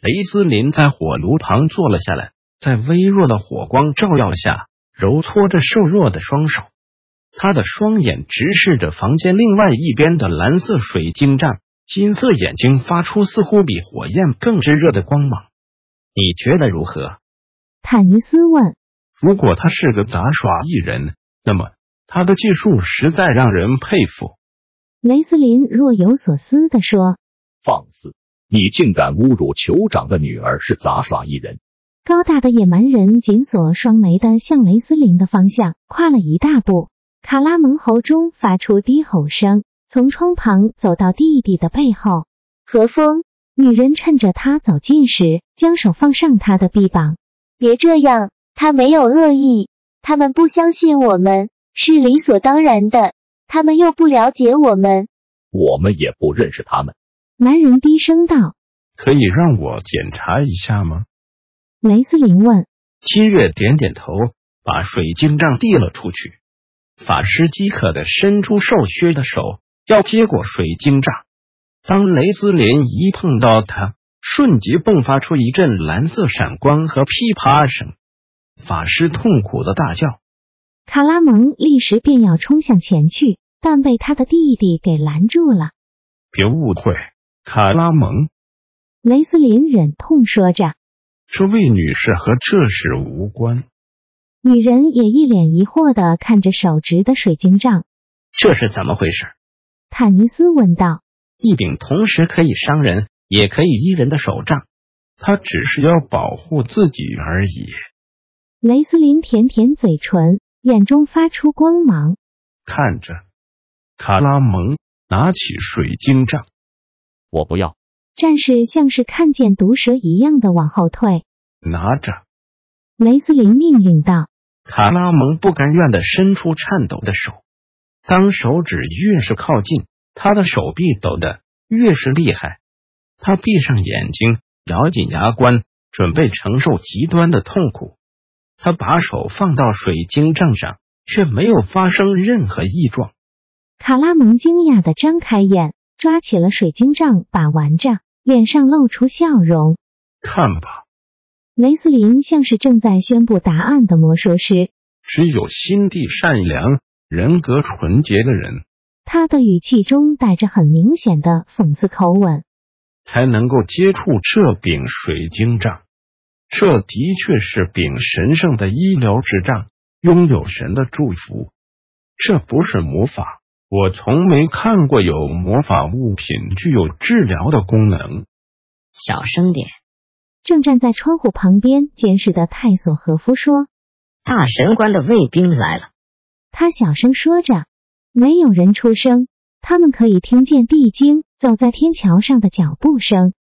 雷斯林在火炉旁坐了下来，在微弱的火光照耀下，揉搓着瘦弱的双手。他的双眼直视着房间另外一边的蓝色水晶帐，金色眼睛发出似乎比火焰更炙热的光芒。你觉得如何？坦尼斯问。如果他是个杂耍艺人，那么他的技术实在让人佩服。雷斯林若有所思地说。放肆！你竟敢侮辱酋长的女儿是杂耍艺人！高大的野蛮人紧锁双眉的向雷斯林的方向跨了一大步，卡拉蒙喉中发出低吼声，从窗旁走到弟弟的背后。何风，女人趁着他走近时，将手放上他的臂膀。别这样，他没有恶意，他们不相信我们是理所当然的，他们又不了解我们，我们也不认识他们。男人低声道可以让我检查一下吗？：“雷斯林问。”七月点点头，把水晶杖递了出去。法师饥渴的伸出瘦削的手，要接过水晶杖。当雷斯林一碰到它，瞬即迸发出一阵蓝色闪光和噼啪声。法师痛苦的大叫。卡拉蒙立时便要冲向前去，但被他的弟弟给拦住了。别误会，卡拉蒙，雷斯林忍痛说着，这位女士和这事无关。女人也一脸疑惑的看着手执的水晶杖。这是怎么回事？坦尼斯问道一柄同时可以伤人，也可以医人的手杖，他只是要保护自己而已。：“雷斯林舔舔嘴唇，眼中发出光芒。看着卡拉蒙拿起水晶杖，我不要！战士像是看见毒蛇一样的往后退。拿着雷斯林命令道卡拉蒙不甘愿的伸出颤抖的手。当手指越是靠近，他的手臂抖得越是厉害。他闭上眼睛，咬紧牙关，准备承受极端的痛苦。他把手放到水晶杖上，却没有发生任何异状。：“卡拉蒙惊讶的张开眼，抓起了水晶杖把玩着，脸上露出笑容。”看吧，雷斯林像是正在宣布答案的魔术师，只有心地善良、人格纯洁的人他的语气中带着很明显的讽刺口吻。才能够接触这柄水晶杖。这的确是柄神圣的医疗之杖，拥有神的祝福。这不是魔法，我从没看过有魔法物品具有治疗的功能。小声点，正站在窗户旁边监视的泰索和夫说，大神官的卫兵来了。他小声说着，没有人出声，他们可以听见地精走在天桥上的脚步声。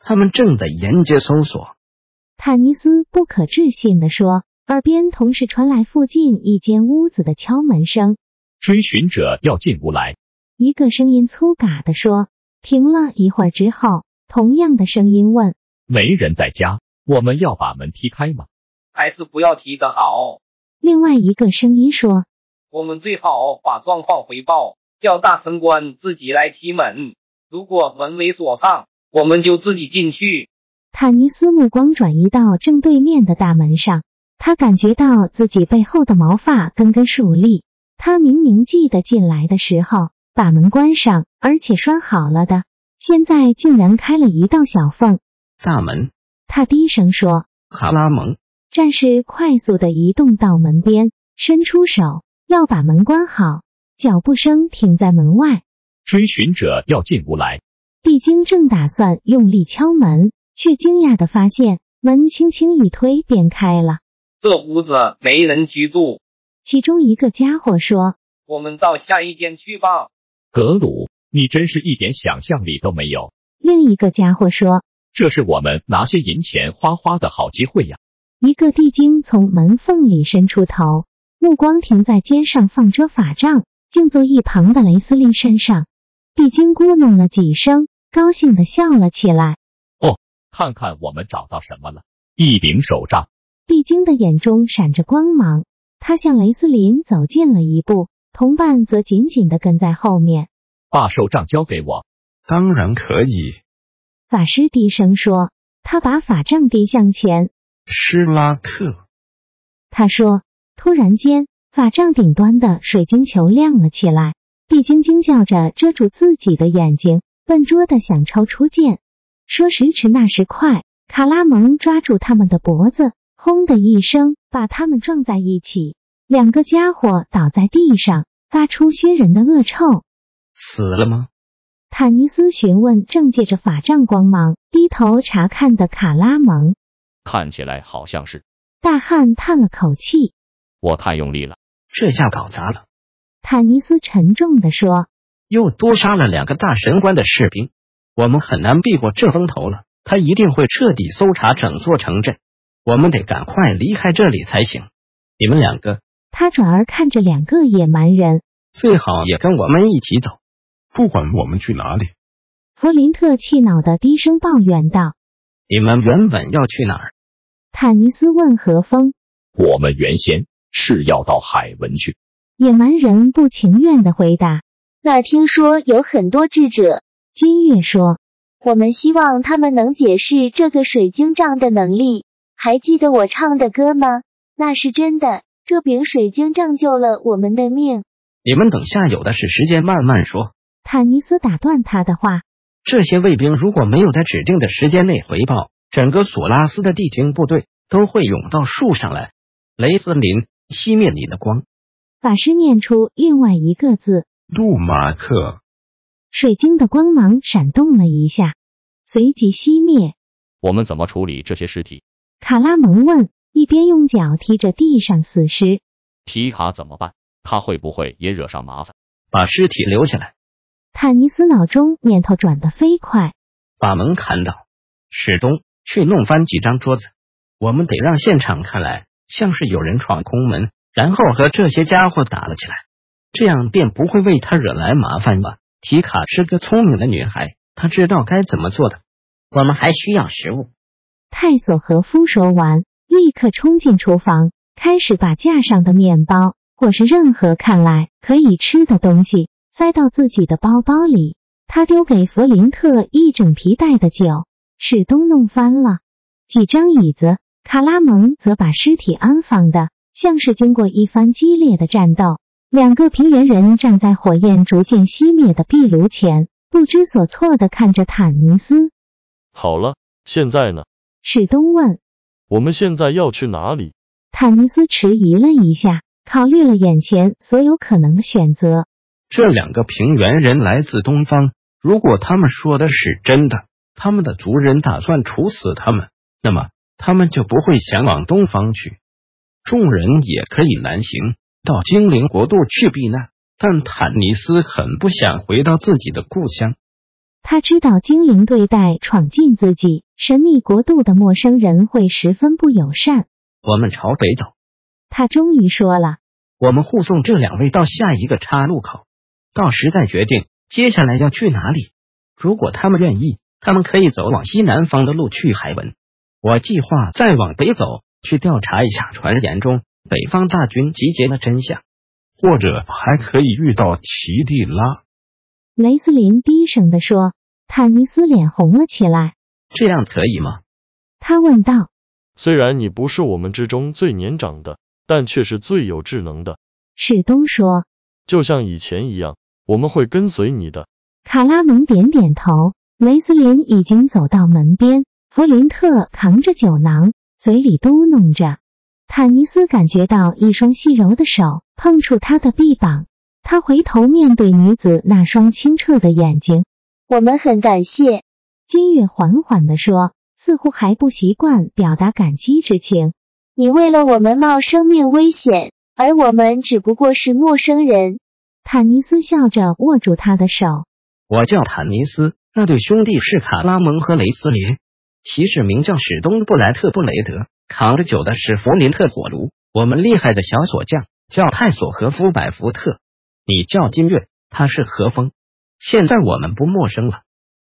他们正在沿街搜索。坦尼斯不可置信地说，耳边同时传来附近一间屋子的敲门声。追寻者要进屋来。一个声音粗嘎地说，停了一会儿之后，同样的声音问。没人在家，我们要把门踢开吗？还是不要提的好。另外一个声音说我们最好把状况回报，叫大神官自己来提门。如果门没锁上，我们就自己进去。：“坦尼斯目光转移到正对面的大门上，他感觉到自己背后的毛发根根竖立。他明明记得进来的时候把门关上，而且拴好了的，现在竟然开了一道小缝。大门，”他低声说。卡拉蒙，战士快速的移动到门边，伸出手要把门关好，脚步声停在门外。追寻者要进屋来。地精正打算用力敲门，却惊讶的发现门轻轻一推便开了。这屋子没人居住，其中一个家伙说我们到下一间去吧。格鲁，你真是一点想象力都没有。另一个家伙说。这是我们拿些银钱花花的好机会呀！一个地精从门缝里伸出头，目光停在肩上放着法杖、静坐一旁的雷斯利身上。地精咕哝了几声，高兴的笑了起来。看看我们找到什么了，一柄手杖。地精的眼中闪着光芒，他向雷斯林走近了一步，同伴则紧紧的跟在后面。把手杖交给我。当然可以。法师低声说，他把法杖递向前。施拉克，他说，突然间，法杖顶端的水晶球亮了起来。地精惊叫着遮住自己的眼睛，笨拙的想抽出剑。说时迟，那时快，卡拉蒙抓住他们的脖子，轰的一声把他们撞在一起。两个家伙倒在地上，发出熏人的恶臭。死了吗？坦尼斯询问正借着法杖光芒低头查看的卡拉蒙。看起来好像是大汉叹了口气，我太用力了。这下搞砸了，坦尼斯沉重地说又多杀了两个大神官的士兵，我们很难避过这风头了。他一定会彻底搜查整座城镇，我们得赶快离开这里才行。你们两个：“他转而看着两个野蛮人。最好也跟我们一起走。不管我们去哪里，”弗林特气恼的低声抱怨道你们原本要去哪儿？：“坦尼斯问何风。我们原先是要到海文去，”野蛮人不情愿的回答。那儿听说有很多智者，金月说我们希望他们能解释这个水晶杖的能力。还记得我唱的歌吗？那是真的，这柄水晶杖救了我们的命。你们等下有的是时间慢慢说。：“坦尼斯打断他的话。这些卫兵如果没有在指定的时间内回报，整个索拉斯的地精部队都会涌到树上来。雷斯林，熄灭你的光！”法师念出另外一个字，杜马克。水晶的光芒闪动了一下，随即熄灭。我们怎么处理这些尸体？卡拉蒙问，一边用脚踢着地上死尸。提卡怎么办？他会不会也惹上麻烦？把尸体留下来，坦尼斯脑中念头转得飞快，把门砍倒。史东，去弄翻几张桌子，我们得让现场看来像是有人闯空门，然后和这些家伙打了起来，这样便不会为他惹来麻烦吧？提卡是个聪明的女孩，她知道该怎么做的。我们还需要食物。泰索和夫说完，立刻冲进厨房，开始把架上的面包或是任何看来可以吃的东西塞到自己的包包里。他丢给弗林特一整皮带的酒，史东弄翻了几张椅子。卡拉蒙则把尸体安放的像是经过一番激烈的战斗。两个平原人站在火焰逐渐熄灭的壁炉前，不知所措的看着坦尼斯。好了，现在呢？史东问：“我们现在要去哪里？坦尼斯迟疑了一下，考虑了眼前所有可能的选择。这两个平原人来自东方，如果他们说的是真的，他们的族人打算处死他们，那么他们就不会想往东方去。众人也可以南行到精灵国度去避难，但坦尼斯很不想回到自己的故乡。他知道精灵对待闯进自己神秘国度的陌生人会十分不友善。我们朝北走，他终于说了，我们护送这两位到下一个岔路口，到时再决定接下来要去哪里。如果他们愿意，他们可以走往西南方的路去海文。我计划再往北走，去调查一下传言中北方大军集结的真相。或者还可以遇到奇蒂拉。雷斯林低声地说。坦尼斯脸红了起来，这样可以吗？他问道虽然你不是我们之中最年长的，但却是最有智能的。：“史东说。就像以前一样，我们会跟随你的。”卡拉蒙点点头。雷斯林已经走到门边，弗林特扛着酒囊，嘴里嘟哝着。坦尼斯感觉到一双细柔的手碰触他的臂膀，他回头面对女子那双清澈的眼睛。我们很感谢，金月缓缓地说，似乎还不习惯表达感激之情。你为了我们冒生命危险，而我们只不过是陌生人。坦尼斯笑着握住她的手，我叫坦尼斯，那对兄弟是卡拉蒙和雷斯林。骑士名将史东布莱特布雷德扛着酒的是弗林特火炉，我们厉害的小锁匠叫泰索和夫百福特，你叫金月，他是和风。现在我们不陌生了。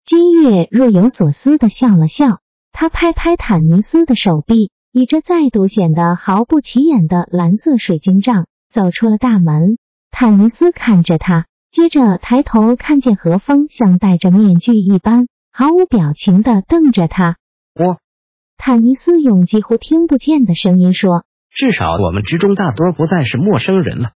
金月若有所思的笑了笑，他拍拍坦尼斯的手臂，以这再度显得毫不起眼的蓝色水晶杖走出了大门。坦尼斯看着他，接着抬头看见何风像戴着面具一般，毫无表情的瞪着他。我，坦尼斯用几乎听不见的声音说至少我们之中大多不再是陌生人了。：“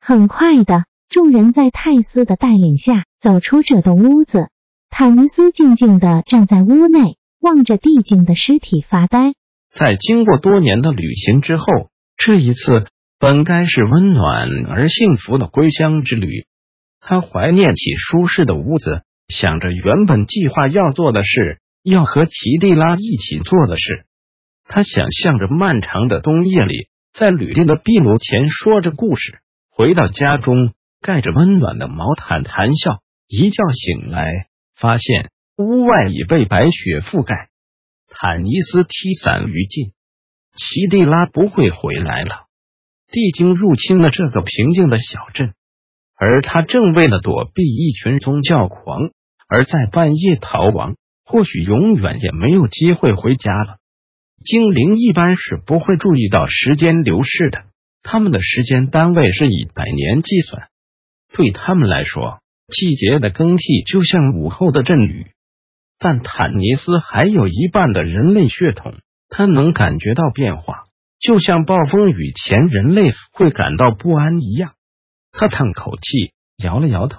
很快的，众人在泰斯的带领下走出这栋屋子。坦尼斯静静的站在屋内，望着地静的尸体发呆。在经过多年的旅行之后，这一次本该是温暖而幸福的归乡之旅。他怀念起舒适的屋子，想着原本计划要做的事，要和奇蒂拉一起做的事。他想象着漫长的冬夜里，在旅店的壁炉前说着故事，回到家中，盖着温暖的毛毯谈笑。一觉醒来，发现屋外已被白雪覆盖。坦尼斯踢散于尽，奇蒂拉不会回来了。地精入侵了这个平静的小镇，而他正为了躲避一群宗教狂而在半夜逃亡，或许永远也没有机会回家了。精灵一般是不会注意到时间流逝的，他们的时间单位是以百年计算。对他们来说，季节的更替就像午后的阵雨。但坦尼斯还有一半的人类血统，他能感觉到变化，就像暴风雨前人类会感到不安一样。他叹口气，摇了摇头，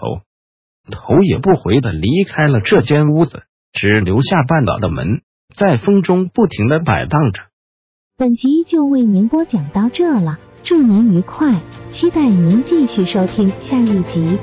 头也不回的离开了这间屋子，只留下半岛的门在风中不停的摆荡着。”。本集就为您播讲到这了，祝您愉快，期待您继续收听下一集。